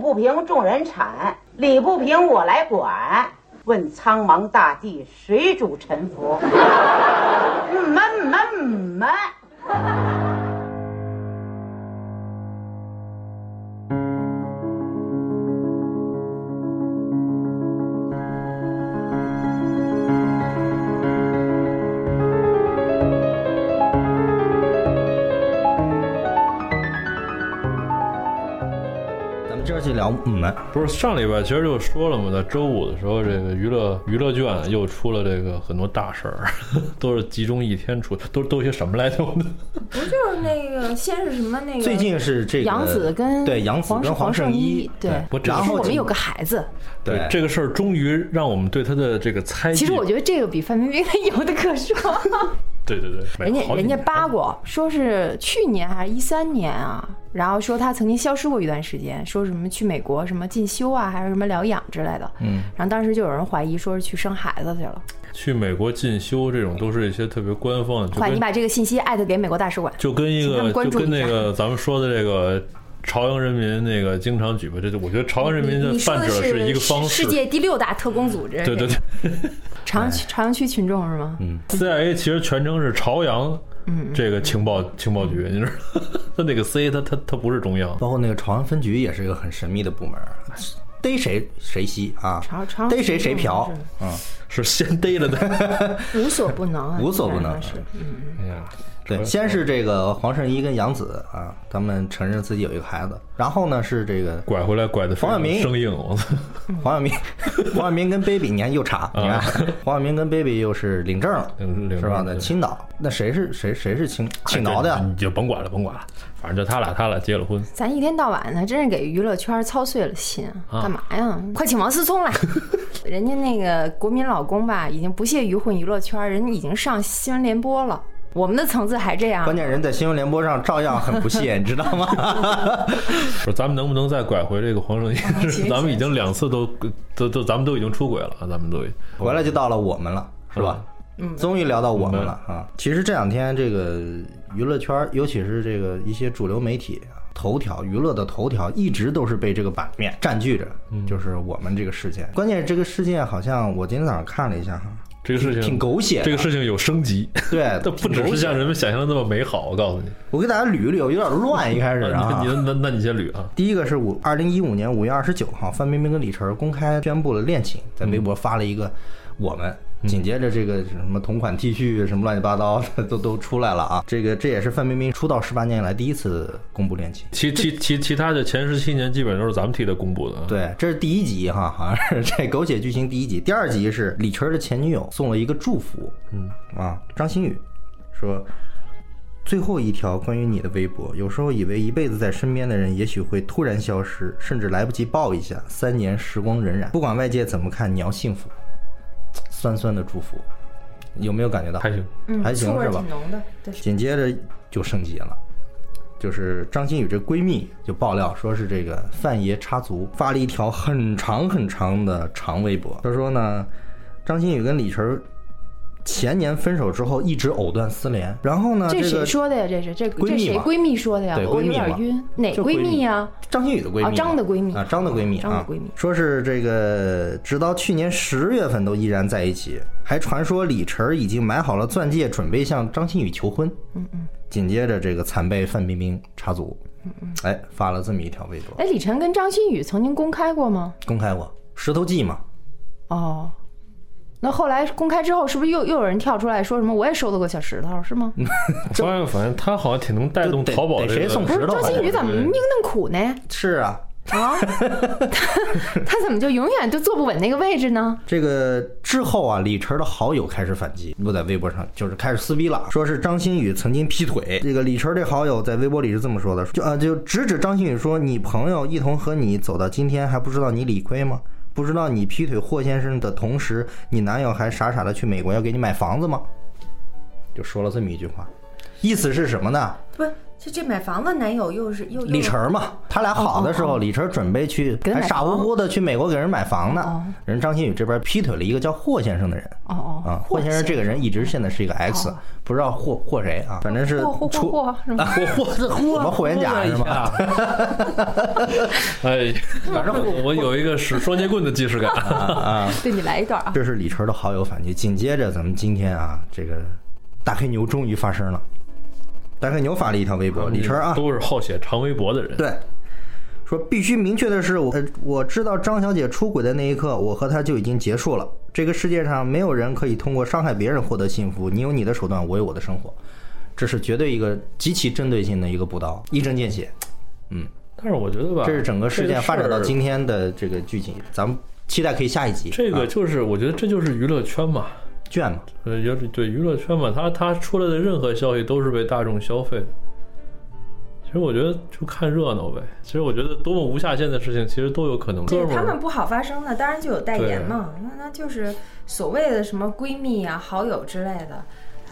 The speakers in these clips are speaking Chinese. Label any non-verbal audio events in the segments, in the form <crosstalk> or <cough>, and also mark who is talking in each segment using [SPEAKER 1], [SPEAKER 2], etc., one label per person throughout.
[SPEAKER 1] 不平众人铲，理不平我来管。问苍茫大地，谁主沉浮？ <laughs> 嗯闷闷闷！
[SPEAKER 2] 咱们今儿去聊我们
[SPEAKER 3] 嗯
[SPEAKER 4] 不是上礼拜其实就说了嘛，在周五的时候，这个娱乐娱乐圈又出了这个很多大事儿， <laughs> 都是集中一天出，都都些什么来着？
[SPEAKER 5] 不就是那个先是什么那个
[SPEAKER 2] 最近是这个
[SPEAKER 3] 杨紫跟
[SPEAKER 2] 对杨紫跟
[SPEAKER 3] 黄
[SPEAKER 2] 圣
[SPEAKER 3] 依，对，
[SPEAKER 4] 我这
[SPEAKER 2] 然
[SPEAKER 3] 然
[SPEAKER 2] 后
[SPEAKER 3] 后我们
[SPEAKER 2] 就
[SPEAKER 3] 有个孩子，
[SPEAKER 2] 对
[SPEAKER 4] 这个事儿终于让我们对他的这个猜忌，
[SPEAKER 3] 其实我觉得这个比范冰冰有的可说，
[SPEAKER 4] 对对对，没
[SPEAKER 3] 人家
[SPEAKER 4] 好几
[SPEAKER 3] 人家
[SPEAKER 4] 年
[SPEAKER 3] 扒过，说是去年还是一三年啊，然后说他曾经消失过一段时间，说什么去美国什么进修啊，还是什么疗养之类的，嗯，然后当时就有人怀疑说是去生孩子去了，
[SPEAKER 4] 去美国进修这种都是一些特别官方的，就
[SPEAKER 3] 快，
[SPEAKER 4] 跟
[SPEAKER 3] 你把这个信息艾特给美国大使馆，
[SPEAKER 4] 就跟一
[SPEAKER 3] 请他
[SPEAKER 4] 个
[SPEAKER 3] 们关
[SPEAKER 4] 就
[SPEAKER 3] 注啊
[SPEAKER 4] 跟
[SPEAKER 3] 一
[SPEAKER 4] 那
[SPEAKER 3] 下
[SPEAKER 4] 个咱们说的这个朝阳人民那个经常举报，这就我觉得朝阳人民
[SPEAKER 5] 你
[SPEAKER 4] 的
[SPEAKER 5] 你说
[SPEAKER 4] 泛
[SPEAKER 5] 的
[SPEAKER 4] 指的
[SPEAKER 5] 是
[SPEAKER 4] 一个方式
[SPEAKER 5] 世，界第六大特工组织，
[SPEAKER 4] 对对哎对
[SPEAKER 3] 朝阳区朝阳区群众是吗？
[SPEAKER 4] ，CIA 其实全称是朝阳。
[SPEAKER 2] 嗯
[SPEAKER 4] 这个情报情报局，你知道， <laughs> 他那个 C，他他他不是中央，
[SPEAKER 2] 包括那个朝阳分局也是一个很神秘的部门，逮谁谁吸啊
[SPEAKER 3] 朝朝，阳
[SPEAKER 2] 逮谁谁嫖
[SPEAKER 3] 分局，
[SPEAKER 2] 嗯，
[SPEAKER 4] 是先逮
[SPEAKER 2] <laughs>
[SPEAKER 4] 了的。
[SPEAKER 3] 无所不能啊，
[SPEAKER 2] 无所不能
[SPEAKER 3] 基本上是
[SPEAKER 4] 哎呀，
[SPEAKER 2] 对，
[SPEAKER 4] 先
[SPEAKER 2] 先是这个黄圣依跟杨紫啊，他们承认自己有一个孩子，然后呢是这个
[SPEAKER 4] 拐回来拐的
[SPEAKER 2] 黄晓明
[SPEAKER 4] 生硬，我
[SPEAKER 2] <laughs>
[SPEAKER 4] 操！
[SPEAKER 3] 嗯
[SPEAKER 2] 黄
[SPEAKER 3] <laughs>
[SPEAKER 2] 晓明，黄晓明跟 baby，你看又查，你看黄晓明跟 baby 又是领证了
[SPEAKER 4] 领，领
[SPEAKER 2] 是吧？
[SPEAKER 4] 证
[SPEAKER 2] 在
[SPEAKER 4] 对
[SPEAKER 2] 青岛，那谁是谁谁是青青岛的
[SPEAKER 4] 哎这
[SPEAKER 2] 呀？
[SPEAKER 4] <laughs> 你就甭管了，甭管了，反正就他俩他俩结了婚，
[SPEAKER 3] 咱一天到晚的，真是给娱乐圈操碎了心，
[SPEAKER 4] 啊
[SPEAKER 3] 干嘛呀？快请王思聪来！ <laughs> 人家那个国民老公吧，已经不屑于混娱乐圈，人家已经上新闻联播了。我们的层次还这样
[SPEAKER 2] 关，键人在新闻联播上照样很不
[SPEAKER 3] <laughs>
[SPEAKER 2] 屑，你知道吗？
[SPEAKER 4] 不是咱们能不能再拐回这个黄圣依？
[SPEAKER 2] 啊
[SPEAKER 4] <laughs> 是咱们已经两次都都都咱们都已经出轨了，啊咱们都已
[SPEAKER 2] 回来就到了我们了，是吧？嗯，终于聊到我们了啊！其实这两天这个娱乐圈，尤其是这个一些主流媒体啊头条、娱乐的头条，一直都是被这个版面占据着，
[SPEAKER 4] 嗯
[SPEAKER 2] 就是我们这个事件。关键是这个事件好像我今天早上看了一下哈，
[SPEAKER 4] 这个事情
[SPEAKER 2] 挺啊狗血的
[SPEAKER 4] 这个事情有
[SPEAKER 2] <laughs>
[SPEAKER 4] 升级，
[SPEAKER 2] 对，
[SPEAKER 4] 它 <laughs> 不
[SPEAKER 2] 挺
[SPEAKER 4] 只
[SPEAKER 2] 狗
[SPEAKER 4] 是
[SPEAKER 2] 血
[SPEAKER 4] 像人们想象的那么美好。我告诉你，
[SPEAKER 2] 我给大家捋一捋，有点乱一开始
[SPEAKER 4] 啊
[SPEAKER 2] 啊
[SPEAKER 4] 你。你那那你先捋啊，
[SPEAKER 2] 第一个是五二零一五年五月二十九号，范冰冰跟李晨公开宣布了恋情，在微博发了一个我们。紧接着这个什么同款 T 恤什么乱七八糟的都都出来了啊！这个这也是范冰冰出道十八年以来第一次公布恋情。
[SPEAKER 4] 其其其其他的前十七年基本都是咱们替他公布的啊。
[SPEAKER 2] 对，这是第一集哈， <laughs> 好像是这狗血剧情第一集。第二集是李晨的前女友送了一个祝福，嗯啊，张馨予说。最后一条关于你的微博，有时候以为一辈子在身边的人，也许会突然消失，甚至来不及抱一下。三年时光荏苒，不管外界怎么看，你要幸福。酸酸的祝福，有没有感觉到？
[SPEAKER 4] 还行，
[SPEAKER 3] 嗯
[SPEAKER 2] 还
[SPEAKER 5] 醋
[SPEAKER 2] 行
[SPEAKER 5] 味
[SPEAKER 2] 是
[SPEAKER 5] 儿
[SPEAKER 2] 吧
[SPEAKER 5] 挺？浓的，对。
[SPEAKER 2] 紧接着就升级了，就是张馨予这闺蜜就爆料说是这个范爷插足，发了一条很长很长的长微博。她说呢，张馨予跟李晨儿前年分手之后一直藕断丝连，然后呢，
[SPEAKER 3] 这
[SPEAKER 2] 啊个
[SPEAKER 3] 谁说的呀？这是这
[SPEAKER 2] 闺
[SPEAKER 3] 这
[SPEAKER 2] 蜜
[SPEAKER 3] 谁
[SPEAKER 2] 嘛
[SPEAKER 3] 闺蜜说的呀
[SPEAKER 2] 对？
[SPEAKER 3] 我
[SPEAKER 2] 闺
[SPEAKER 3] 有
[SPEAKER 2] 蜜
[SPEAKER 3] 点
[SPEAKER 2] 嘛
[SPEAKER 3] 晕，哪
[SPEAKER 2] 就
[SPEAKER 3] 闺
[SPEAKER 2] 闺蜜
[SPEAKER 3] 蜜呀？
[SPEAKER 2] 张馨予的闺蜜嘛、
[SPEAKER 3] 哦张的闺蜜哦
[SPEAKER 2] 啊，张的闺蜜啊，
[SPEAKER 3] 张的闺蜜
[SPEAKER 2] 说是这个，直到去年十月份都依然在一起，还传说李晨儿已经买好了钻戒，准备向张馨予求婚。嗯嗯。紧接着，这个惨被范冰冰插足，嗯嗯，哎，发了这么一条微博，
[SPEAKER 3] 哎，李晨跟张馨予曾经公开过吗？
[SPEAKER 2] 公开过石头记嘛，
[SPEAKER 3] 哦，那后来公开之后，是不是又又有人跳出来说什么我也收到过小石头是吗？
[SPEAKER 4] 发现反正他好像挺能带动
[SPEAKER 2] 就得
[SPEAKER 4] 淘宝
[SPEAKER 2] 得
[SPEAKER 4] 这
[SPEAKER 2] 谁
[SPEAKER 4] 个
[SPEAKER 2] 送
[SPEAKER 3] 不是
[SPEAKER 2] 石头
[SPEAKER 3] 张
[SPEAKER 2] 吧
[SPEAKER 3] 馨予
[SPEAKER 2] 这
[SPEAKER 3] 怎么命那么苦呢？
[SPEAKER 2] 是啊，
[SPEAKER 3] 啊，他 <laughs> 他怎么就永远就坐不稳那个位置呢？
[SPEAKER 2] 这个之后啊，李晨的好友开始反击，又在微博上就是开始撕逼了，说是张馨予曾经劈腿。这个李晨这好友在微博里是这么说的，就啊就直指张馨予说：“你朋友一同和你走到今天，还不知道你理亏吗？不知道你劈腿霍先生的同时，你男友还傻傻的去美国要给你买房子吗？”就说了这么一句话，意思是什么呢？
[SPEAKER 5] 不，就这买房子男友又是又又
[SPEAKER 2] 李晨儿嘛，他俩好的时候，李晨儿准备去，
[SPEAKER 3] 给他
[SPEAKER 2] 还
[SPEAKER 3] 买
[SPEAKER 2] 傻乎乎的去美国给人买房
[SPEAKER 3] 哦
[SPEAKER 2] 呢。人张馨予这边劈腿了一个叫霍先生的人
[SPEAKER 3] 哦哦，
[SPEAKER 2] 啊，霍先生这个人一直现在是一个 X，不知道霍霍谁啊，反正是
[SPEAKER 3] 霍霍
[SPEAKER 2] 出
[SPEAKER 3] 霍霍是吗？
[SPEAKER 2] 啊霍霍什么霍元甲是吗？？
[SPEAKER 4] <laughs> 哎，
[SPEAKER 2] 反正我
[SPEAKER 4] 我有一个使双截棍的既视
[SPEAKER 2] <laughs>
[SPEAKER 4] 感。
[SPEAKER 3] 对你来一段啊，
[SPEAKER 2] 这是李晨的好友反击。紧接着，咱们今天啊，这个大黑牛终于发声了。大黑牛发了一条微博，李晨啊，
[SPEAKER 4] <laughs> 都是好写长微博的人。
[SPEAKER 2] 对，说必须明确的是，我呃我知道张小姐出轨的那一刻，我和她就已经结束了。这个世界上没有人可以通过伤害别人获得幸福，你有你的手段，我有我的生活，这是绝对一个极其针对性的一个补刀，一针见血。
[SPEAKER 4] 但是我觉得吧，
[SPEAKER 2] 这是整个事件发展到今
[SPEAKER 4] 天。
[SPEAKER 2] 天的这个剧情，咱们期待可以下一集。
[SPEAKER 4] 这个
[SPEAKER 2] 啊
[SPEAKER 4] 就是，我觉得这就是娱乐圈嘛，
[SPEAKER 2] 卷嘛，
[SPEAKER 4] 呃，有对娱乐圈嘛，他他出来的任何消息都是被大众消费的。其实我觉得就看热闹呗。其实我觉得多么无下限的事情，其实都有可能。
[SPEAKER 5] 对
[SPEAKER 4] 哥们
[SPEAKER 5] 他们
[SPEAKER 4] 儿，
[SPEAKER 5] 不好发生的，当然就有代言
[SPEAKER 4] 对
[SPEAKER 5] 嘛。那那就是所谓的什么闺蜜啊、好友之类的，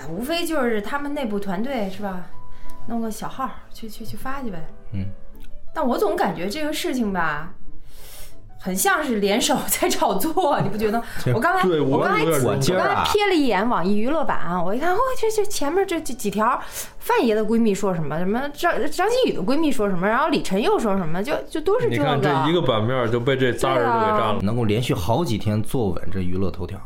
[SPEAKER 5] 哎无非就是他们内部团队是吧？弄个小号儿去去去发去呗。
[SPEAKER 2] 嗯。
[SPEAKER 5] 但我总感觉这个事情吧，很像是联手 <laughs> 在炒作，你不觉得？我刚才
[SPEAKER 4] 对我
[SPEAKER 5] 刚才
[SPEAKER 4] 有点
[SPEAKER 2] 我今
[SPEAKER 3] 我
[SPEAKER 2] 儿
[SPEAKER 3] 刚才
[SPEAKER 2] 啊，
[SPEAKER 3] 瞥了一眼网易娱乐版，啊我一看，哇，这这前面这这几条，范爷的闺蜜说什么，什么张张馨予的闺蜜说什么，然后李晨又说什么，就就都是
[SPEAKER 4] 你
[SPEAKER 3] 这个。
[SPEAKER 4] 看这一个版面就被这仨人就给占了。
[SPEAKER 2] 能够连续好几天坐稳这娱乐头条，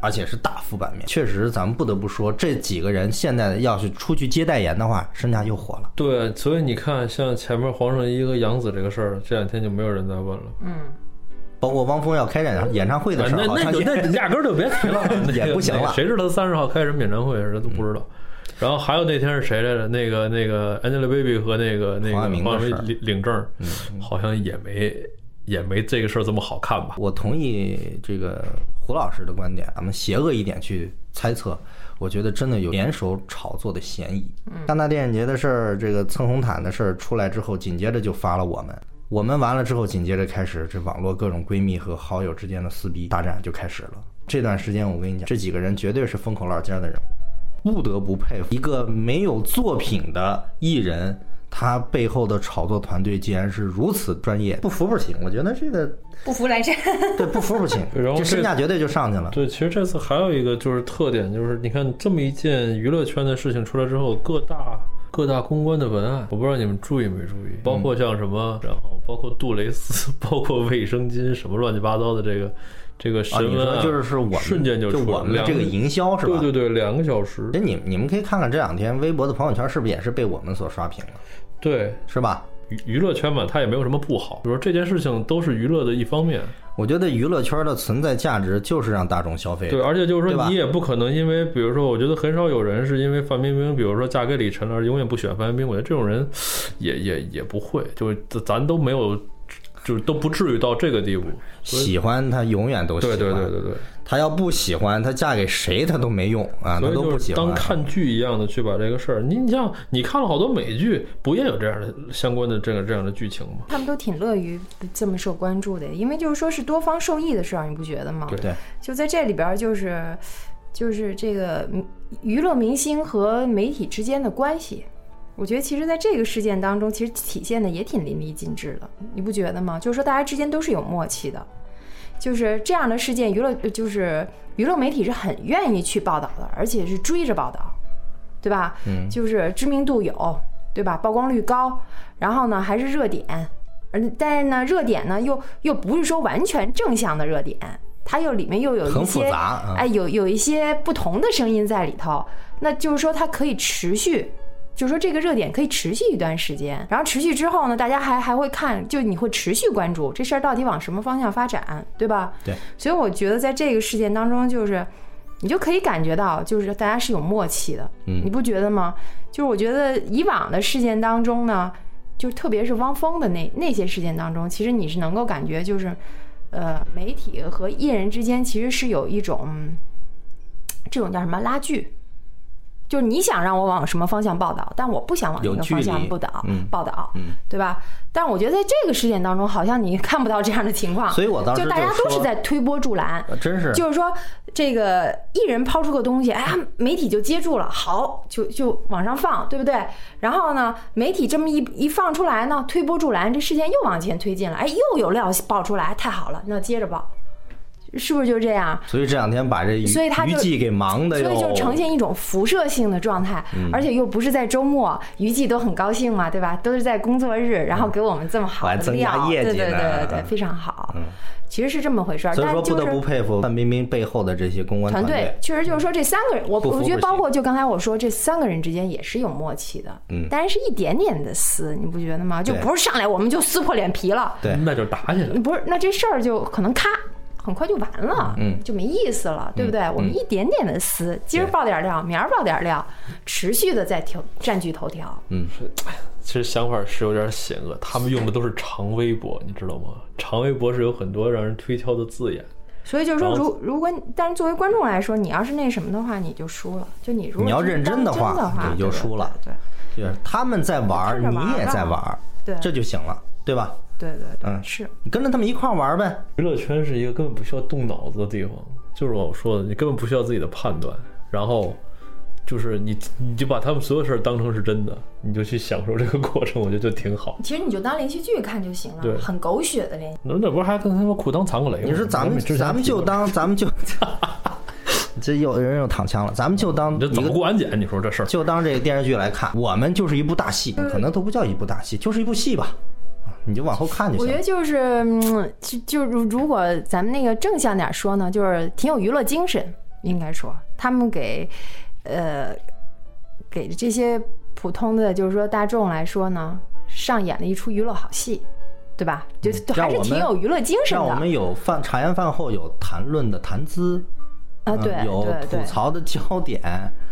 [SPEAKER 2] 而且是大幅版面。确实，咱们不得不说，这几个人现在要是出去接代言的话，身价又火了。
[SPEAKER 4] 对，啊所以你看，像前面黄圣依和杨紫这个事儿，这两天就没有人再问了。
[SPEAKER 2] 包括汪峰要开演唱演唱会的
[SPEAKER 4] 啊
[SPEAKER 2] 事
[SPEAKER 4] 那
[SPEAKER 2] 儿，好
[SPEAKER 4] 那
[SPEAKER 2] 像
[SPEAKER 4] 就
[SPEAKER 2] 也，
[SPEAKER 4] 那压根儿就别提了
[SPEAKER 2] <laughs>
[SPEAKER 4] 那
[SPEAKER 2] 也
[SPEAKER 4] 个
[SPEAKER 2] 不行
[SPEAKER 4] 那个
[SPEAKER 2] 了嗯
[SPEAKER 4] 谁知道三十号开什么演唱会，人都不知道。然后还有那天是谁来着？那个那个 Angelababy 和那个那个
[SPEAKER 2] 黄晓
[SPEAKER 4] 黄晓
[SPEAKER 2] 明
[SPEAKER 4] 明
[SPEAKER 2] 的事儿嗯
[SPEAKER 4] 领领证儿，好像也没也没这个事儿这么好看吧？
[SPEAKER 2] 我同意这个胡老师的观点，咱们邪恶一点去猜测，我觉得真的有联手炒作的嫌疑。戛纳电影节的事儿，这个蹭红毯的事儿出来之后，紧接着就发了我们。我们完了之后，紧接着开始这网络各种闺蜜和好友之间的撕逼大战就开始了。这段时间我跟你讲，这几个人绝对是风口浪尖的人物，不得不佩服一个没有作品的艺人，他背后的炒作团队竟然是如此专业，不服不行。我觉得这个
[SPEAKER 5] 不服来战，
[SPEAKER 2] 对，不服不行，
[SPEAKER 4] <laughs> 然后
[SPEAKER 2] 这
[SPEAKER 4] 这
[SPEAKER 2] 身价绝对就上去了。
[SPEAKER 4] 对，其实这次还有一个就是特点，就是你看这么一件娱乐圈的事情出来之后，各大各大公关的文案，我不知道你们注意没注意，包
[SPEAKER 2] 嗯
[SPEAKER 4] 括像什么，然后包括杜蕾斯， <laughs> 包括卫生巾，什么乱七八糟的这个这个
[SPEAKER 2] 啊，
[SPEAKER 4] 神
[SPEAKER 2] 你
[SPEAKER 4] 文案，
[SPEAKER 2] 说就是是我们
[SPEAKER 4] 瞬间就
[SPEAKER 2] 就
[SPEAKER 4] 出来
[SPEAKER 2] 我
[SPEAKER 4] 了
[SPEAKER 2] 们的
[SPEAKER 4] 两
[SPEAKER 2] 这个营销是吧？
[SPEAKER 4] 对对对，两个小时
[SPEAKER 2] 哎，，你你们可以看看这两天微博的朋友圈是不是也是被我们所刷屏了，
[SPEAKER 4] 对
[SPEAKER 2] 是吧？
[SPEAKER 4] 娱娱乐圈嘛，它也没有什么不好。比如说这件事情都是娱乐的一方面，
[SPEAKER 2] 我觉得娱乐圈的存在价值就是让大众消费。
[SPEAKER 4] 对，而且就是
[SPEAKER 2] 对吧
[SPEAKER 4] 说你也不可能因为，比如说，我觉得很少有人是因为范冰冰，比如说嫁给李晨了，而永远不选范冰冰。我觉得这种人也也也不会，就是咱都没有，就是都不至于到这个地步。
[SPEAKER 2] 喜欢他永远都喜
[SPEAKER 4] 对
[SPEAKER 2] 欢。
[SPEAKER 4] 对对对对。
[SPEAKER 2] 他要不喜欢，他嫁给谁他都没用啊，他
[SPEAKER 4] 所以
[SPEAKER 2] 都不
[SPEAKER 4] 就
[SPEAKER 2] 喜
[SPEAKER 4] 是
[SPEAKER 2] 欢。啊
[SPEAKER 4] 当看剧一样的去把这个事儿，你你像你看了好多美剧，不也有这样的相关的这个这样的剧情吗？
[SPEAKER 3] 他们都挺乐于这么受关注的，因为就是说是多方受益的事儿，你不觉得吗？
[SPEAKER 4] 对
[SPEAKER 2] 对，
[SPEAKER 3] 就在这里边儿就是就是这个嗯娱乐明星和媒体之间的关系。我觉得其实，在这个事件当中，其实体现的也挺淋漓尽致的，你不觉得吗？就是说，大家之间都是有默契的，就是这样的事件，娱乐就是娱乐媒体是很愿意去报道的，而且是追着报道，对吧？嗯，就是知名度有，对吧？曝光率高，然后呢还是热点，而但是呢热点呢又又不是说完全正向的热点，它又里面又有
[SPEAKER 2] 很
[SPEAKER 3] 一
[SPEAKER 2] 复
[SPEAKER 3] 些
[SPEAKER 2] 杂啊
[SPEAKER 3] 哎有有一些不同的声音在里头，那就是说它可以持续。就是说这个热点可以持续一段时间，然后持续之后呢，大家还还会看，就你会持续关注这事儿到底往什么方向发展，对吧？
[SPEAKER 2] 对。
[SPEAKER 3] 所以我觉得在这个事件当中，就是你就可以感觉到，就是大家是有默契的，嗯，你不觉得吗？就是我觉得以往的事件当中呢，就特别是汪峰的那那些事件当中，其实你是能够感觉就是，呃，媒体和艺人之间其实是有一种嗯这种叫什么拉锯，就是你想让我往什么方向报道，但我不想往
[SPEAKER 2] 有
[SPEAKER 3] 那个
[SPEAKER 2] 距
[SPEAKER 3] 方向
[SPEAKER 2] 离
[SPEAKER 3] 报道，
[SPEAKER 2] 嗯
[SPEAKER 3] 报道，
[SPEAKER 2] 嗯
[SPEAKER 3] 对吧？但是我觉得在这个事件当中，好像你看不到这样的情况，
[SPEAKER 2] 所以我当时
[SPEAKER 3] 就大家
[SPEAKER 2] 就
[SPEAKER 3] 都是
[SPEAKER 2] 说
[SPEAKER 3] 在推波助澜，
[SPEAKER 2] 呃真是
[SPEAKER 3] 就是说这个艺人抛出个东西，哎呀，媒体就接住了，好，就就往上放，对不对？然后呢，媒体这么一一放出来呢，推波助澜，这事件又往前推进了，哎，又有料爆出来，太好了，那接着爆，是不是就这样？
[SPEAKER 2] 所以这两天把这娱
[SPEAKER 3] 所以他
[SPEAKER 2] 娱
[SPEAKER 3] 就
[SPEAKER 2] 记给忙的
[SPEAKER 3] 所
[SPEAKER 2] 哟，
[SPEAKER 3] 以就呈现一种辐射性的状态，而且又不是在周末，娱记都很高兴嘛，对吧？都是在工作日，然后给我们这么好
[SPEAKER 2] 嗯还
[SPEAKER 3] 的
[SPEAKER 2] 增加
[SPEAKER 3] 料，
[SPEAKER 2] 业
[SPEAKER 3] 对
[SPEAKER 2] 绩
[SPEAKER 3] 对对
[SPEAKER 2] 呢
[SPEAKER 3] 对对，非常好
[SPEAKER 2] 嗯。
[SPEAKER 3] 其实是这么回事儿，
[SPEAKER 2] 所以
[SPEAKER 3] 但
[SPEAKER 2] 说不
[SPEAKER 3] 就
[SPEAKER 2] 得不
[SPEAKER 3] 是
[SPEAKER 2] 佩服范冰冰背后的这些公关
[SPEAKER 3] 团队
[SPEAKER 2] 队，嗯
[SPEAKER 3] 确实就是说这三个人，我
[SPEAKER 2] 不服
[SPEAKER 3] 我觉
[SPEAKER 2] 不
[SPEAKER 3] 得包
[SPEAKER 2] 行
[SPEAKER 3] 括就刚才我说这三个人之间也是有默契的，
[SPEAKER 2] 嗯
[SPEAKER 3] 但是是一点点的撕，你不觉得吗？就
[SPEAKER 2] 对
[SPEAKER 3] 不是上来我们就撕破脸皮了，
[SPEAKER 2] 对
[SPEAKER 4] 那就打起来。
[SPEAKER 3] 不是，那这事儿就可能咔。很快就完了，
[SPEAKER 2] 嗯
[SPEAKER 3] 就没意思了，对不对？我们一点点的撕，今儿
[SPEAKER 2] 对
[SPEAKER 3] 爆点料，明儿爆点料，持续的在调占据头条。
[SPEAKER 2] 嗯
[SPEAKER 4] 其实想法是有点险恶，他们用的都是长微博，你知道吗？长微博是有很多让人推敲的字眼。
[SPEAKER 3] 所以就是说，
[SPEAKER 4] 然后
[SPEAKER 3] 如如果你但是作为观众来说，你要是那什么的话，你就输了。就你如果
[SPEAKER 2] 你要
[SPEAKER 3] 真
[SPEAKER 2] 认
[SPEAKER 3] 当
[SPEAKER 2] 真的
[SPEAKER 3] 真
[SPEAKER 2] 话你就
[SPEAKER 3] 对
[SPEAKER 2] 输了
[SPEAKER 3] 对
[SPEAKER 2] 就是他们在玩儿，
[SPEAKER 3] 看着
[SPEAKER 2] 你
[SPEAKER 3] 玩儿
[SPEAKER 2] 也在玩儿，
[SPEAKER 3] 对
[SPEAKER 2] 这就行了，对吧？
[SPEAKER 3] 对对对，
[SPEAKER 2] 嗯
[SPEAKER 3] 是。
[SPEAKER 2] 你跟着他们一块儿玩儿呗，
[SPEAKER 4] 娱乐圈是一个根本不需要动脑子的地方，就是我说的，你根本不需要自己的判断，然后就是你你就把他们所有事儿当成是真的，你就去享受这个过程，我觉得就挺好。
[SPEAKER 3] 其实你就当连续剧看就行
[SPEAKER 4] 对
[SPEAKER 3] 了，很狗血的连续。
[SPEAKER 4] 那那不是还跟他们裤裆藏个雷吗？
[SPEAKER 2] 你说咱们
[SPEAKER 4] 之前
[SPEAKER 2] 咱们就当咱们就， <laughs> 这有人又躺枪了，咱们就当
[SPEAKER 4] 你这
[SPEAKER 2] 一
[SPEAKER 4] 怎么
[SPEAKER 2] 个
[SPEAKER 4] 过安检？你说这事儿，
[SPEAKER 2] 就当这个电视剧来看，我们就是一部大戏，
[SPEAKER 3] 嗯
[SPEAKER 2] 可能都不叫一部大戏，就是一部戏吧，啊你就往后看就
[SPEAKER 3] 我
[SPEAKER 2] 行
[SPEAKER 3] 觉
[SPEAKER 2] 了
[SPEAKER 3] 得。就是，嗯，就就如如果咱们那个正向点儿说呢，就是挺有娱乐精神，应该说他们给，呃，给这些普通的就是说大众来说呢，上演了一出娱乐好戏，对吧？就就还
[SPEAKER 2] 嗯让
[SPEAKER 3] 是
[SPEAKER 2] 我
[SPEAKER 3] 挺
[SPEAKER 2] 们
[SPEAKER 3] 有娱乐精神
[SPEAKER 2] 让我
[SPEAKER 3] 的
[SPEAKER 2] 们有饭茶言饭后有谈论的谈资
[SPEAKER 3] 啊，对
[SPEAKER 2] 嗯有
[SPEAKER 3] 对
[SPEAKER 2] 吐
[SPEAKER 3] 对。
[SPEAKER 2] 槽的焦点，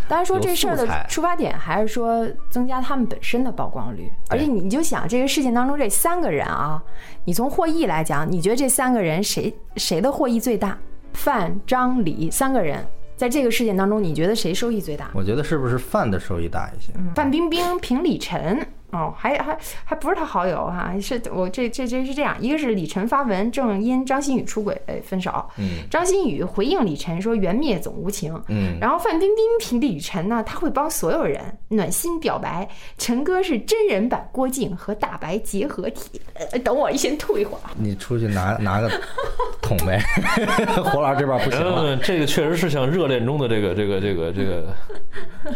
[SPEAKER 3] 当然说
[SPEAKER 2] 有
[SPEAKER 3] 这事儿
[SPEAKER 2] 素
[SPEAKER 3] 的
[SPEAKER 2] 材
[SPEAKER 3] 出发点还是说增加他们本身的曝光率，而且你就想这个事情当中这三个人啊，你从获益来讲，你觉得这三个人谁谁的获益最大？范、张、李三个人在这个事件当中，你觉得谁收益最大？
[SPEAKER 2] 我觉得是不是饭的收益大一些？
[SPEAKER 3] 范冰冰、评李晨哦，还还还不是他好友哈、是我这这这是这样，一个是李晨发文正因张馨予出轨哎分手，
[SPEAKER 2] 嗯
[SPEAKER 3] 张馨予回应李晨说缘灭总无情，
[SPEAKER 2] 嗯，
[SPEAKER 3] 然后范冰冰评李晨呢，他会帮所有人暖心表白。陈哥是真人版郭靖和大白结合体。呃，等我先吐一会儿。
[SPEAKER 2] 你出去拿 <laughs> 拿个桶呗，胡老师这边不行了。
[SPEAKER 4] 嗯，这个确实是像热恋中的这个这个这个这个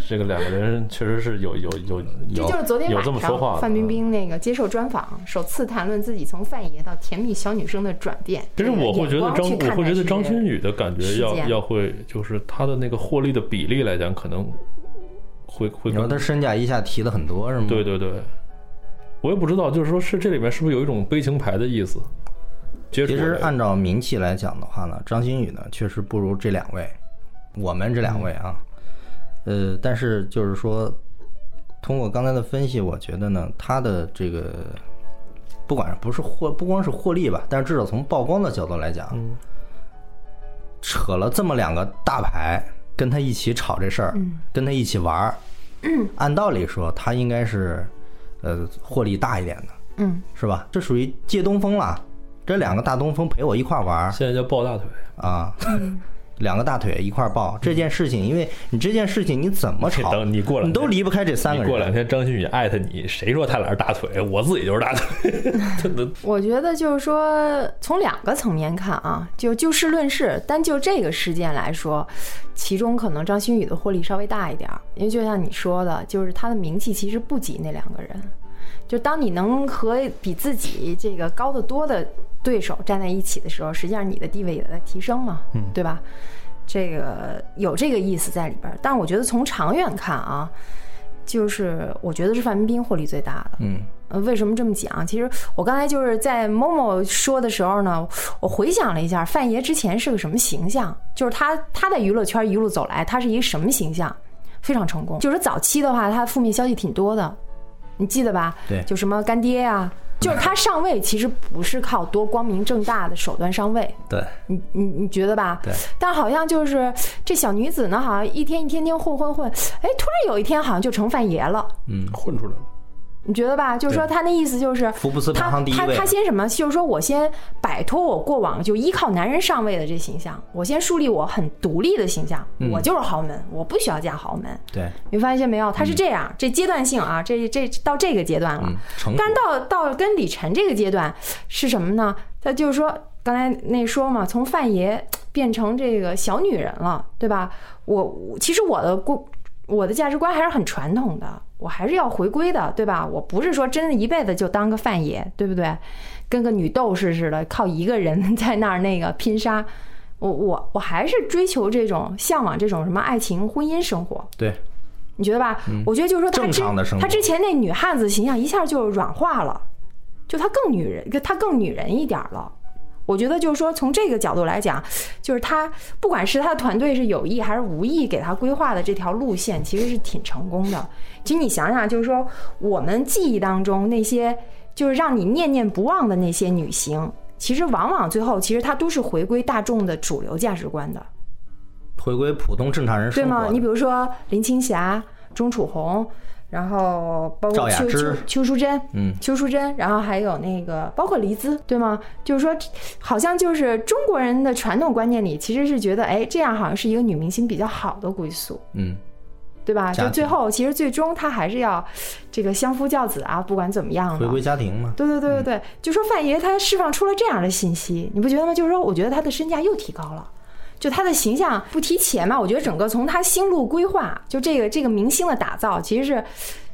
[SPEAKER 4] 这个两个人，确实是有有有
[SPEAKER 3] 这
[SPEAKER 4] 有
[SPEAKER 3] 就是昨天
[SPEAKER 4] 有
[SPEAKER 3] 晚
[SPEAKER 4] 这么说话
[SPEAKER 3] 上
[SPEAKER 4] 的
[SPEAKER 3] 范冰。冰那个接受专访，首次谈论自己从范爷到甜蜜小女生的转变。
[SPEAKER 4] 其实我会觉得张，我会觉得张馨
[SPEAKER 3] 予
[SPEAKER 4] 予的感觉
[SPEAKER 3] 时
[SPEAKER 4] 要
[SPEAKER 3] 间
[SPEAKER 4] 要会，就是她的那个获利的比例来讲，可能会会
[SPEAKER 2] 你说
[SPEAKER 4] 更
[SPEAKER 2] 他身价一下提的很多是吗？
[SPEAKER 4] 对对对，我也不知道，就是说是这里面是不是有一种悲情牌的意思？接触
[SPEAKER 2] 其实
[SPEAKER 4] 我这个
[SPEAKER 2] 按照名气来讲的话呢，张馨予呢确实不如这两位，我们这两位啊，
[SPEAKER 4] 嗯
[SPEAKER 2] 呃，但是就是说，通过刚才的分析，我觉得呢，他的这个不管不是获不光是获利吧，但是至少从曝光的角度来讲，
[SPEAKER 4] 嗯
[SPEAKER 2] 扯了这么两个大牌跟他一起炒这事儿，
[SPEAKER 3] 嗯
[SPEAKER 2] 跟他一起玩儿，按道理说他应该是呃获利大一点的。
[SPEAKER 3] 嗯，
[SPEAKER 2] 是吧？这属于借东风了。这两个大东风陪我一块儿玩儿
[SPEAKER 4] 现在叫抱大腿，
[SPEAKER 2] 啊，
[SPEAKER 3] 嗯
[SPEAKER 2] <laughs> 两个大腿一块儿抱这件事情，因为你这件事情你怎么吵，
[SPEAKER 4] 嗯等你过两天
[SPEAKER 2] 你都离不开这三个
[SPEAKER 4] 你
[SPEAKER 2] 人。
[SPEAKER 4] 过两天张馨予艾特你，谁说他俩是大腿？我自己就是大
[SPEAKER 3] <laughs>
[SPEAKER 4] 腿，真的
[SPEAKER 3] 我觉得就是说，从两个层面看啊，就就事论事，单就这个事件来说，其中可能张馨予的获利稍微大一点儿，因为就像你说的，就是她的名气其实不及那两个人。就当你能和比自己这个高得多的对手站在一起的时候，实际上你的地位也在提升嘛，对吧？这个有这个意思在里边儿。但我觉得从长远看啊，就是我觉得是范冰冰获利最大的。
[SPEAKER 2] 嗯，
[SPEAKER 3] 呃，为什么这么讲？其实我刚才就是在某某说的时候呢，我回想了一下范爷之前是个什么形象，就是他他在娱乐圈一路走来，他是一个什么形象？非常成功。就是早期的话，他负面消息挺多的，你记得吧？
[SPEAKER 2] 对
[SPEAKER 3] 就什么干爹呀、啊就是他上位其实不是靠多光明正大的手段上位，
[SPEAKER 2] 对，
[SPEAKER 3] 你你你觉得吧？
[SPEAKER 2] 对。
[SPEAKER 3] 但好像就是这小女子呢，好像一天一天天混混混，哎，突然有一天好像就成范爷了，
[SPEAKER 2] 嗯，
[SPEAKER 4] 混出来了。
[SPEAKER 3] 你觉得吧？就是说他那意思就是
[SPEAKER 2] 福布斯排
[SPEAKER 3] 他
[SPEAKER 2] 行第一
[SPEAKER 3] 他
[SPEAKER 2] 位
[SPEAKER 3] 他先什么？就是说我先摆脱我过往就依靠男人上位的这形象，我先树立我很独立的形象，
[SPEAKER 2] 嗯
[SPEAKER 3] 我就是豪门，我不需要嫁豪门。
[SPEAKER 2] 对，
[SPEAKER 3] 你发现没有？他是这样，这阶段性啊，这这到这个阶段了
[SPEAKER 2] 嗯，成
[SPEAKER 3] 但是到到跟李晨这个阶段是什么呢？他就是说，刚才那说嘛，从范爷变成这个小女人了，对吧？我我其实我的过我的价值观还是很传统的，我还是要回归的，对吧？我不是说真的一辈子就当个范爷，对不对？跟个女斗士似的，靠一个人在那儿那个拼杀。我我我还是追求这种向往这种什么爱情婚姻生活，
[SPEAKER 2] 对，
[SPEAKER 3] 你觉得吧？我觉得就是说
[SPEAKER 2] 嗯
[SPEAKER 3] 他
[SPEAKER 2] 正
[SPEAKER 3] 之
[SPEAKER 2] 常的生活
[SPEAKER 3] 他之前那女汉子形象一下就软化了，就她更女人，她更女人一点儿了。我觉得就是说，从这个角度来讲，就是他不管是他的团队是有意还是无意给他规划的这条路线，其实是挺成功的。其实你想想，就是说我们记忆当中那些就是让你念念不忘的那些女星，其实往往最后其实她都是回归大众的主流价值观的。
[SPEAKER 2] 回归普通正常人
[SPEAKER 3] 对
[SPEAKER 2] 生
[SPEAKER 3] 吗
[SPEAKER 2] 活？
[SPEAKER 3] 你比如说林青霞、钟楚红，然后包
[SPEAKER 2] 赵
[SPEAKER 3] 括
[SPEAKER 2] 雅
[SPEAKER 3] 邱邱
[SPEAKER 2] 芝
[SPEAKER 3] 邱淑贞，
[SPEAKER 2] 嗯
[SPEAKER 3] 邱淑贞，然后还有那个包括黎姿，对吗？就是说，好像就是中国人的传统观念里，其实是觉得，哎，这样好像是一个女明星比较好的归宿。
[SPEAKER 2] 嗯，
[SPEAKER 3] 对吧？
[SPEAKER 2] 家
[SPEAKER 3] 就最
[SPEAKER 2] 庭
[SPEAKER 3] 后，其实最终她还是要这个相夫教子啊，不管怎么样
[SPEAKER 2] 回
[SPEAKER 3] 的。
[SPEAKER 2] 归家庭嘛，
[SPEAKER 3] 对对对对对，就说范爷他释放出了这样的信息，你不觉得吗？就是说，我觉得他的身价又提高了。就他的形象不提前嘛，我觉得整个从他心路规划，就这个这个明星的打造，其实是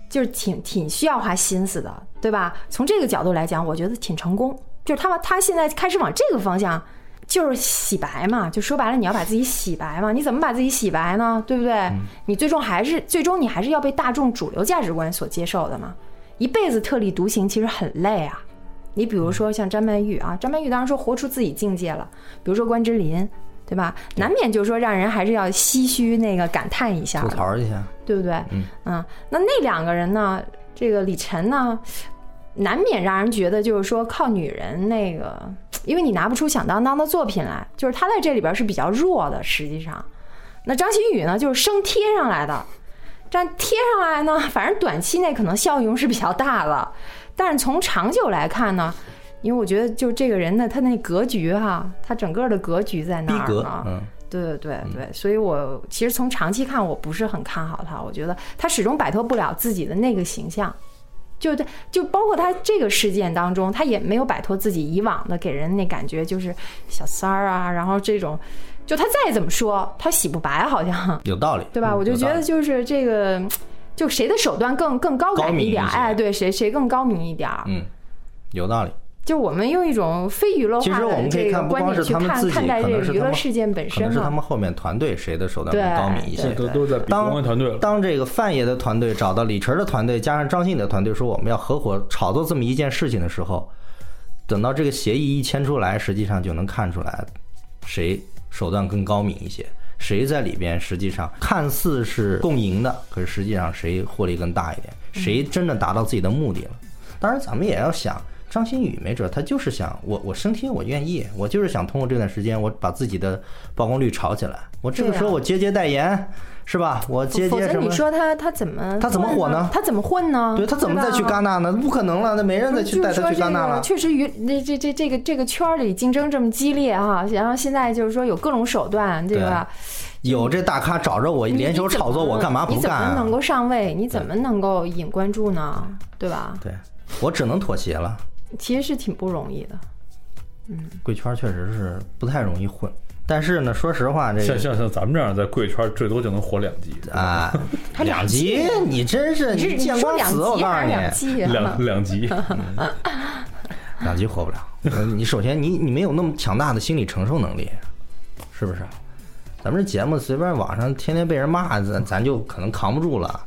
[SPEAKER 3] 就是挺挺需要花心思的，对吧？从这个角度来讲，我觉得挺成功。就是他他现在开始往这个方向，就是洗白嘛，就说白了，你要把自己洗白嘛，你怎么把自己洗白呢？对不对？你最终还是最终你还是要被大众主流价值观所接受的嘛。一辈子特立独行其实很累啊。你比如说像张曼玉啊，张曼玉当然说活出自己境界了，比如说关之琳，对吧？难免就说让人还是要唏嘘那个感叹一下
[SPEAKER 2] 吐
[SPEAKER 3] 的，
[SPEAKER 2] 槽一下，
[SPEAKER 3] 对不对？
[SPEAKER 2] 嗯
[SPEAKER 3] 那那两个人呢？这个李晨呢，难免让人觉得就是说靠女人那个，因为你拿不出响当当的作品来，就是他在这里边是比较弱的。实际上，那张馨予呢，就是生贴上来的。这样贴上来呢，反正短期内可能效用是比较大了，但是从长久来看呢，因为我觉得就这个人呢，他那格局哈、他整个的格局在
[SPEAKER 2] 逼
[SPEAKER 3] 那儿啊
[SPEAKER 2] 格
[SPEAKER 3] 呢，，
[SPEAKER 2] 嗯，
[SPEAKER 3] 对对对对，所以我其实从长期看，我不是很看好他。我觉得他始终摆脱不了自己的那个形象，就对，就包括他这个事件当中，他也没有摆脱自己以往的给人那感觉，就是小三儿啊，然后这种，就他再怎么说，他洗不白，好像 <laughs>
[SPEAKER 2] 有道理，
[SPEAKER 3] 对吧？
[SPEAKER 2] 嗯
[SPEAKER 3] 我就
[SPEAKER 2] 有
[SPEAKER 3] 觉
[SPEAKER 2] 道
[SPEAKER 3] 得
[SPEAKER 2] 理
[SPEAKER 3] 就是这个，就谁的手段更更高
[SPEAKER 2] 高
[SPEAKER 3] 感
[SPEAKER 2] 明一
[SPEAKER 3] 点儿，
[SPEAKER 2] 些
[SPEAKER 3] 哎，对，谁谁更高明一点儿。
[SPEAKER 2] 嗯，有道理，
[SPEAKER 3] 就我们用一种非娱乐
[SPEAKER 2] 其
[SPEAKER 3] 化
[SPEAKER 2] 实我
[SPEAKER 3] 的
[SPEAKER 2] 们可以
[SPEAKER 3] 这个
[SPEAKER 2] 看不
[SPEAKER 3] 观
[SPEAKER 2] 光
[SPEAKER 3] 点
[SPEAKER 2] 是
[SPEAKER 3] 去
[SPEAKER 2] 他们
[SPEAKER 3] 看
[SPEAKER 2] 自己
[SPEAKER 3] 看待
[SPEAKER 2] 可
[SPEAKER 3] 这
[SPEAKER 2] 能
[SPEAKER 3] 个
[SPEAKER 2] 是
[SPEAKER 3] 娱
[SPEAKER 2] 他
[SPEAKER 3] 乐
[SPEAKER 2] 们
[SPEAKER 3] 事件本
[SPEAKER 2] 可
[SPEAKER 3] 身啊
[SPEAKER 2] 能是
[SPEAKER 3] 嘛
[SPEAKER 2] 他。们后面团队谁的手段
[SPEAKER 3] 对
[SPEAKER 2] 更高明一些
[SPEAKER 3] 对。
[SPEAKER 4] 都都在比公关团队了。
[SPEAKER 2] 当这个范爷的团队找到李晨的团队，加上张信的团队，说我们要合伙炒作这么一件事情的时候，等到这个协议一签出来，实际上就能看出来谁手段更高明一些，谁在里边实际上看似是共赢的，可是实际上谁获利更大一点，谁真的达到自己的目的了。当然，咱们也要想。张馨予没准儿他就是想我，我升天我愿意，我就是想通过这段时间我把自己的曝光率炒起来。我这个
[SPEAKER 3] 对啊
[SPEAKER 2] 时候我接接代言，是吧？我接
[SPEAKER 3] 否
[SPEAKER 2] 接
[SPEAKER 3] 则
[SPEAKER 2] 什么
[SPEAKER 3] 你？说他他怎么
[SPEAKER 2] 他怎么
[SPEAKER 3] 混
[SPEAKER 2] 火呢
[SPEAKER 3] 他怎么混呢？
[SPEAKER 2] 对他怎么再去戛
[SPEAKER 3] 纳？
[SPEAKER 2] 纳呢？不可能了，那没人再
[SPEAKER 3] 就
[SPEAKER 2] 去带
[SPEAKER 3] 是
[SPEAKER 2] 他
[SPEAKER 3] 说
[SPEAKER 2] 去戛
[SPEAKER 3] 这
[SPEAKER 2] 纳
[SPEAKER 3] 个
[SPEAKER 2] 了。
[SPEAKER 3] 确实娱那这这这个这个圈儿里竞争这么激烈哈、然后现在就是说有各种手段，对吧？
[SPEAKER 2] 有这大咖找着我
[SPEAKER 3] 你
[SPEAKER 2] 联手
[SPEAKER 3] 你怎么
[SPEAKER 2] 炒作，我干嘛
[SPEAKER 3] 你
[SPEAKER 2] 不
[SPEAKER 3] 怎
[SPEAKER 2] 干
[SPEAKER 3] 么
[SPEAKER 2] 啊
[SPEAKER 3] 能？够上位？你怎么能够引关注呢？对吧？
[SPEAKER 2] 对，我只能妥协了。
[SPEAKER 3] 其实是挺不容易的。
[SPEAKER 2] 贵圈确实是不太容易混，但是呢，说实话，这
[SPEAKER 4] 像
[SPEAKER 2] 个
[SPEAKER 4] 像像咱们这样在贵圈，最多就能火两季，
[SPEAKER 2] 啊，
[SPEAKER 3] 还
[SPEAKER 2] 两集你真是
[SPEAKER 3] 你是
[SPEAKER 2] 你
[SPEAKER 3] 你
[SPEAKER 2] 见
[SPEAKER 3] 说
[SPEAKER 2] 光
[SPEAKER 3] 两
[SPEAKER 2] 死，我
[SPEAKER 3] 集
[SPEAKER 2] 告
[SPEAKER 3] 还
[SPEAKER 2] 诉
[SPEAKER 3] 是
[SPEAKER 2] 你，
[SPEAKER 3] 两季啊？
[SPEAKER 4] 两两
[SPEAKER 3] <laughs>
[SPEAKER 4] 集，
[SPEAKER 2] 两集活不了。呃你首先你你没有那么强大的心理承受能力，是不是？咱们这节目随便网上天天被人骂，咱咱就可能扛不住了。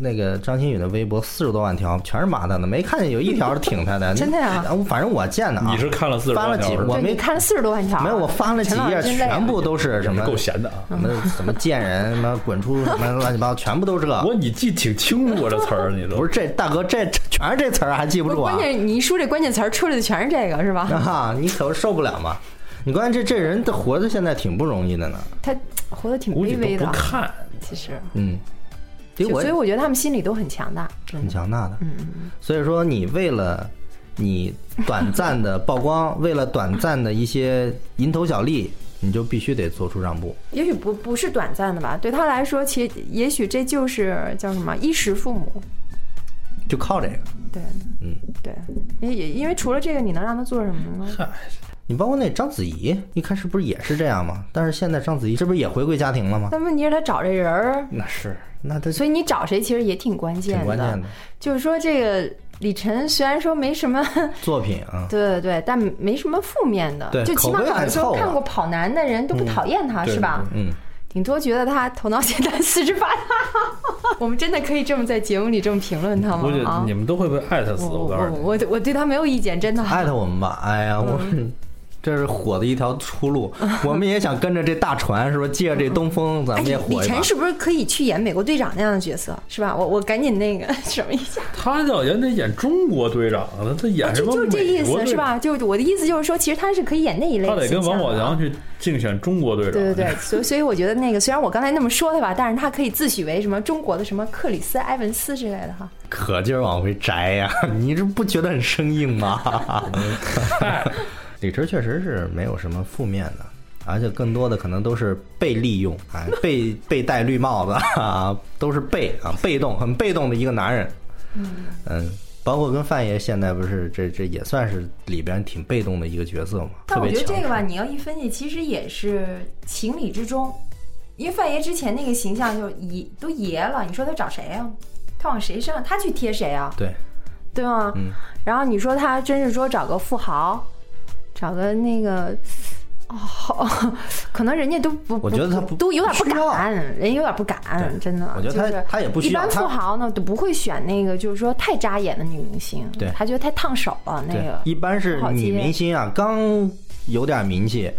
[SPEAKER 2] 那个张馨予的微博四十多万条，全是骂她的，没看见有一条是挺她的。
[SPEAKER 3] <laughs> 真的呀
[SPEAKER 2] 啊反正我见的啊，
[SPEAKER 4] 你是看了40
[SPEAKER 2] 翻了
[SPEAKER 4] 多万条
[SPEAKER 2] 几，
[SPEAKER 4] 是吧
[SPEAKER 2] 我
[SPEAKER 3] 对
[SPEAKER 2] 没
[SPEAKER 3] 你看了四十多万条啊，
[SPEAKER 2] 没有，我翻了几
[SPEAKER 3] 陈老
[SPEAKER 2] 页，
[SPEAKER 3] 师真累啊
[SPEAKER 2] 全部都是什么
[SPEAKER 4] <laughs> 够闲的啊！
[SPEAKER 2] 什么什么贱人，什么滚出什么乱七八糟，全部都是这。
[SPEAKER 4] 我你记挺清楚啊，这词儿
[SPEAKER 2] <laughs>
[SPEAKER 4] 你都
[SPEAKER 2] 不是这大哥，这这全是这词儿，还记不
[SPEAKER 3] 不是
[SPEAKER 2] 住啊
[SPEAKER 3] 关？键你一说这关键词儿出来的全是这个是 <laughs> 吧？
[SPEAKER 2] 啊，你可受不了嘛！你关键这这人的活着现在挺不容易的呢，
[SPEAKER 3] 他活得
[SPEAKER 4] <laughs>
[SPEAKER 3] 挺
[SPEAKER 4] 估计
[SPEAKER 3] 卑
[SPEAKER 4] 都
[SPEAKER 3] 微
[SPEAKER 4] 不
[SPEAKER 3] 的，
[SPEAKER 4] 看。
[SPEAKER 3] 其实，
[SPEAKER 2] 嗯，结
[SPEAKER 3] 就
[SPEAKER 2] 果
[SPEAKER 3] 所以我嗯觉得他们心里都很强大，真
[SPEAKER 2] 很
[SPEAKER 3] 的。
[SPEAKER 2] 强大的。所以说，你为了你短暂的曝光， <laughs> 为了短暂的一些蝇头小利，你就必须得做出让步。
[SPEAKER 3] 也许不不是短暂的吧，对他来说，其实也许这就是叫什么衣食父母，
[SPEAKER 2] 就靠这个，
[SPEAKER 3] 对，
[SPEAKER 2] 嗯，
[SPEAKER 3] 对，也也因为除了这个，你能让他做什么呢？
[SPEAKER 4] 嗨，
[SPEAKER 2] 你包括那章子怡，一开始不是也是这样吗？但是现在章子怡这不是也回归家庭了吗？
[SPEAKER 3] 但问题是，他找这人儿，
[SPEAKER 2] 那是，那他
[SPEAKER 3] 所以你找谁其实也挺关
[SPEAKER 2] 挺
[SPEAKER 3] 键的。
[SPEAKER 2] 关键的
[SPEAKER 3] 就是说，这个李晨虽然说没什么， <laughs>
[SPEAKER 2] 作品啊，
[SPEAKER 3] 对对对，但没什么负面的，
[SPEAKER 2] 对
[SPEAKER 3] 就起码
[SPEAKER 2] 口碑
[SPEAKER 3] 好
[SPEAKER 2] 还
[SPEAKER 3] 像说
[SPEAKER 2] 凑合
[SPEAKER 3] 看过《跑男》的人都不讨厌他，
[SPEAKER 4] 对
[SPEAKER 3] 是吧？
[SPEAKER 2] 嗯，
[SPEAKER 3] 顶多觉得他头脑简单、四肢发达。 <laughs> 我们真的可以这么在节目里这么评论他
[SPEAKER 4] 估计
[SPEAKER 3] 吗？啊
[SPEAKER 4] 你，们都会被艾特死。
[SPEAKER 3] 我
[SPEAKER 4] 我告
[SPEAKER 3] 我
[SPEAKER 4] 诉你，
[SPEAKER 3] 我我对他没有意见，真的。
[SPEAKER 2] 艾特我们吧。哎
[SPEAKER 3] 嗯
[SPEAKER 2] 呀，我们这是火的一条出
[SPEAKER 3] <laughs>
[SPEAKER 2] 路，我们也想跟着这大船，是吧？借着这东风，咱
[SPEAKER 3] 哎，
[SPEAKER 2] 们
[SPEAKER 3] 李
[SPEAKER 2] 也火
[SPEAKER 3] 李
[SPEAKER 2] 一把
[SPEAKER 3] 晨。是不是可以去演美国队长那样的角色，是吧？我我赶紧那个 <laughs> 什么一下。
[SPEAKER 4] 他要演得演中国队长呢，他演哎什
[SPEAKER 3] 就
[SPEAKER 4] 么？
[SPEAKER 3] 就这意思是？吧？就我的意思就是说，其实他是可以演那一类
[SPEAKER 4] 他
[SPEAKER 3] 的
[SPEAKER 4] 得
[SPEAKER 3] 形象
[SPEAKER 4] 跟
[SPEAKER 3] 的。
[SPEAKER 4] 王宝强去竞选中国队长。
[SPEAKER 3] 对对对，所以所以我觉得那个虽然我刚才那么说他吧，但是他可以自诩为什么中国的什么克里斯埃文斯之类的哈。
[SPEAKER 2] 可劲儿往回摘呀、 <laughs> 你这不觉得很生硬
[SPEAKER 3] <laughs>
[SPEAKER 2] 吗？李晨确实是没有什么负面的，而且更多的可能都是被利用，
[SPEAKER 3] <laughs>
[SPEAKER 2] 哎，被被戴绿帽子 <laughs> 啊，都是被啊，被动，很被动的一个男人。嗯，包括跟范爷现在不是这这也算是里边挺被动的一个角色嘛，
[SPEAKER 3] 但
[SPEAKER 2] 特
[SPEAKER 3] 我
[SPEAKER 2] 别
[SPEAKER 3] 觉得
[SPEAKER 2] 强
[SPEAKER 3] 这个吧，
[SPEAKER 2] 势
[SPEAKER 3] 你要一分析，其实也是情理之中，因为范爷之前那个形象就爷都爷了，你说他找谁啊？他往谁身上？他去贴谁啊？
[SPEAKER 2] 对，
[SPEAKER 3] 对吗？
[SPEAKER 2] 嗯
[SPEAKER 3] 然后你说他真是说找个富豪，找个那个。哦， <laughs> 可能人家都不，
[SPEAKER 2] 我觉得他
[SPEAKER 3] 不
[SPEAKER 2] 不
[SPEAKER 3] 都有点不
[SPEAKER 2] 不需要
[SPEAKER 3] 敢，人有点不敢，
[SPEAKER 2] 对
[SPEAKER 3] 真的。
[SPEAKER 2] 我觉得他
[SPEAKER 3] 就是
[SPEAKER 2] 他也不需要
[SPEAKER 3] 一般
[SPEAKER 2] 他
[SPEAKER 3] 富豪呢都不会选那个，就是说太扎眼的女明星，
[SPEAKER 2] 对
[SPEAKER 3] 他觉得太烫手了。那
[SPEAKER 2] 对
[SPEAKER 3] 个，
[SPEAKER 2] 一般是
[SPEAKER 3] 不好
[SPEAKER 2] 女
[SPEAKER 3] 接
[SPEAKER 2] 明星啊，刚有点名气，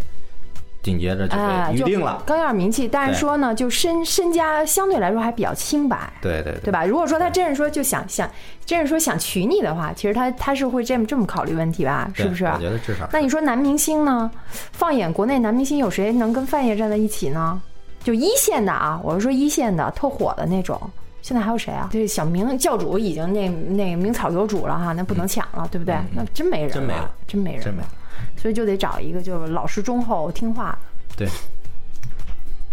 [SPEAKER 2] 紧接着就
[SPEAKER 3] 哎，
[SPEAKER 2] 被预
[SPEAKER 3] 就
[SPEAKER 2] 定了。
[SPEAKER 3] 刚有点名气，但是
[SPEAKER 2] 对
[SPEAKER 3] 说呢，就身身家相对来说还比较清白，
[SPEAKER 2] 对对
[SPEAKER 3] 对吧？如果说他真是说就想想，真是说想娶你的话，其实他他是会这么这么考虑问题吧？
[SPEAKER 2] 对
[SPEAKER 3] 是不是？
[SPEAKER 2] 我觉得至少是
[SPEAKER 3] 那你说男明星呢？放眼国内男明星，有谁能跟范爷站在一起呢？就一线的啊，我是说一线的特火的那种。现在还有谁啊？这小明教主已经那那名草有主了哈，那不能抢了，对不对？那真没人了，
[SPEAKER 2] 嗯真没了
[SPEAKER 3] 真没人了，
[SPEAKER 2] 真没了
[SPEAKER 3] 所以就得找一个就是老实忠厚听话的。
[SPEAKER 2] 对，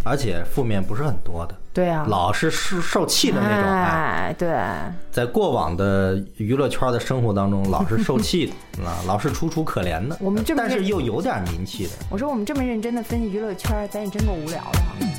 [SPEAKER 2] 而且负面不是很多的，
[SPEAKER 3] 对啊，
[SPEAKER 2] 老是受受气的那种。哎，
[SPEAKER 3] 哎，对，
[SPEAKER 2] 在过往的娱乐圈的生活当中，老是受气的 <laughs> 啊，老是楚楚可怜的。
[SPEAKER 3] 我们这么
[SPEAKER 2] 但是又有点名气的。
[SPEAKER 3] 我说我们这么认真的分析娱乐圈，咱也真够无聊的哈。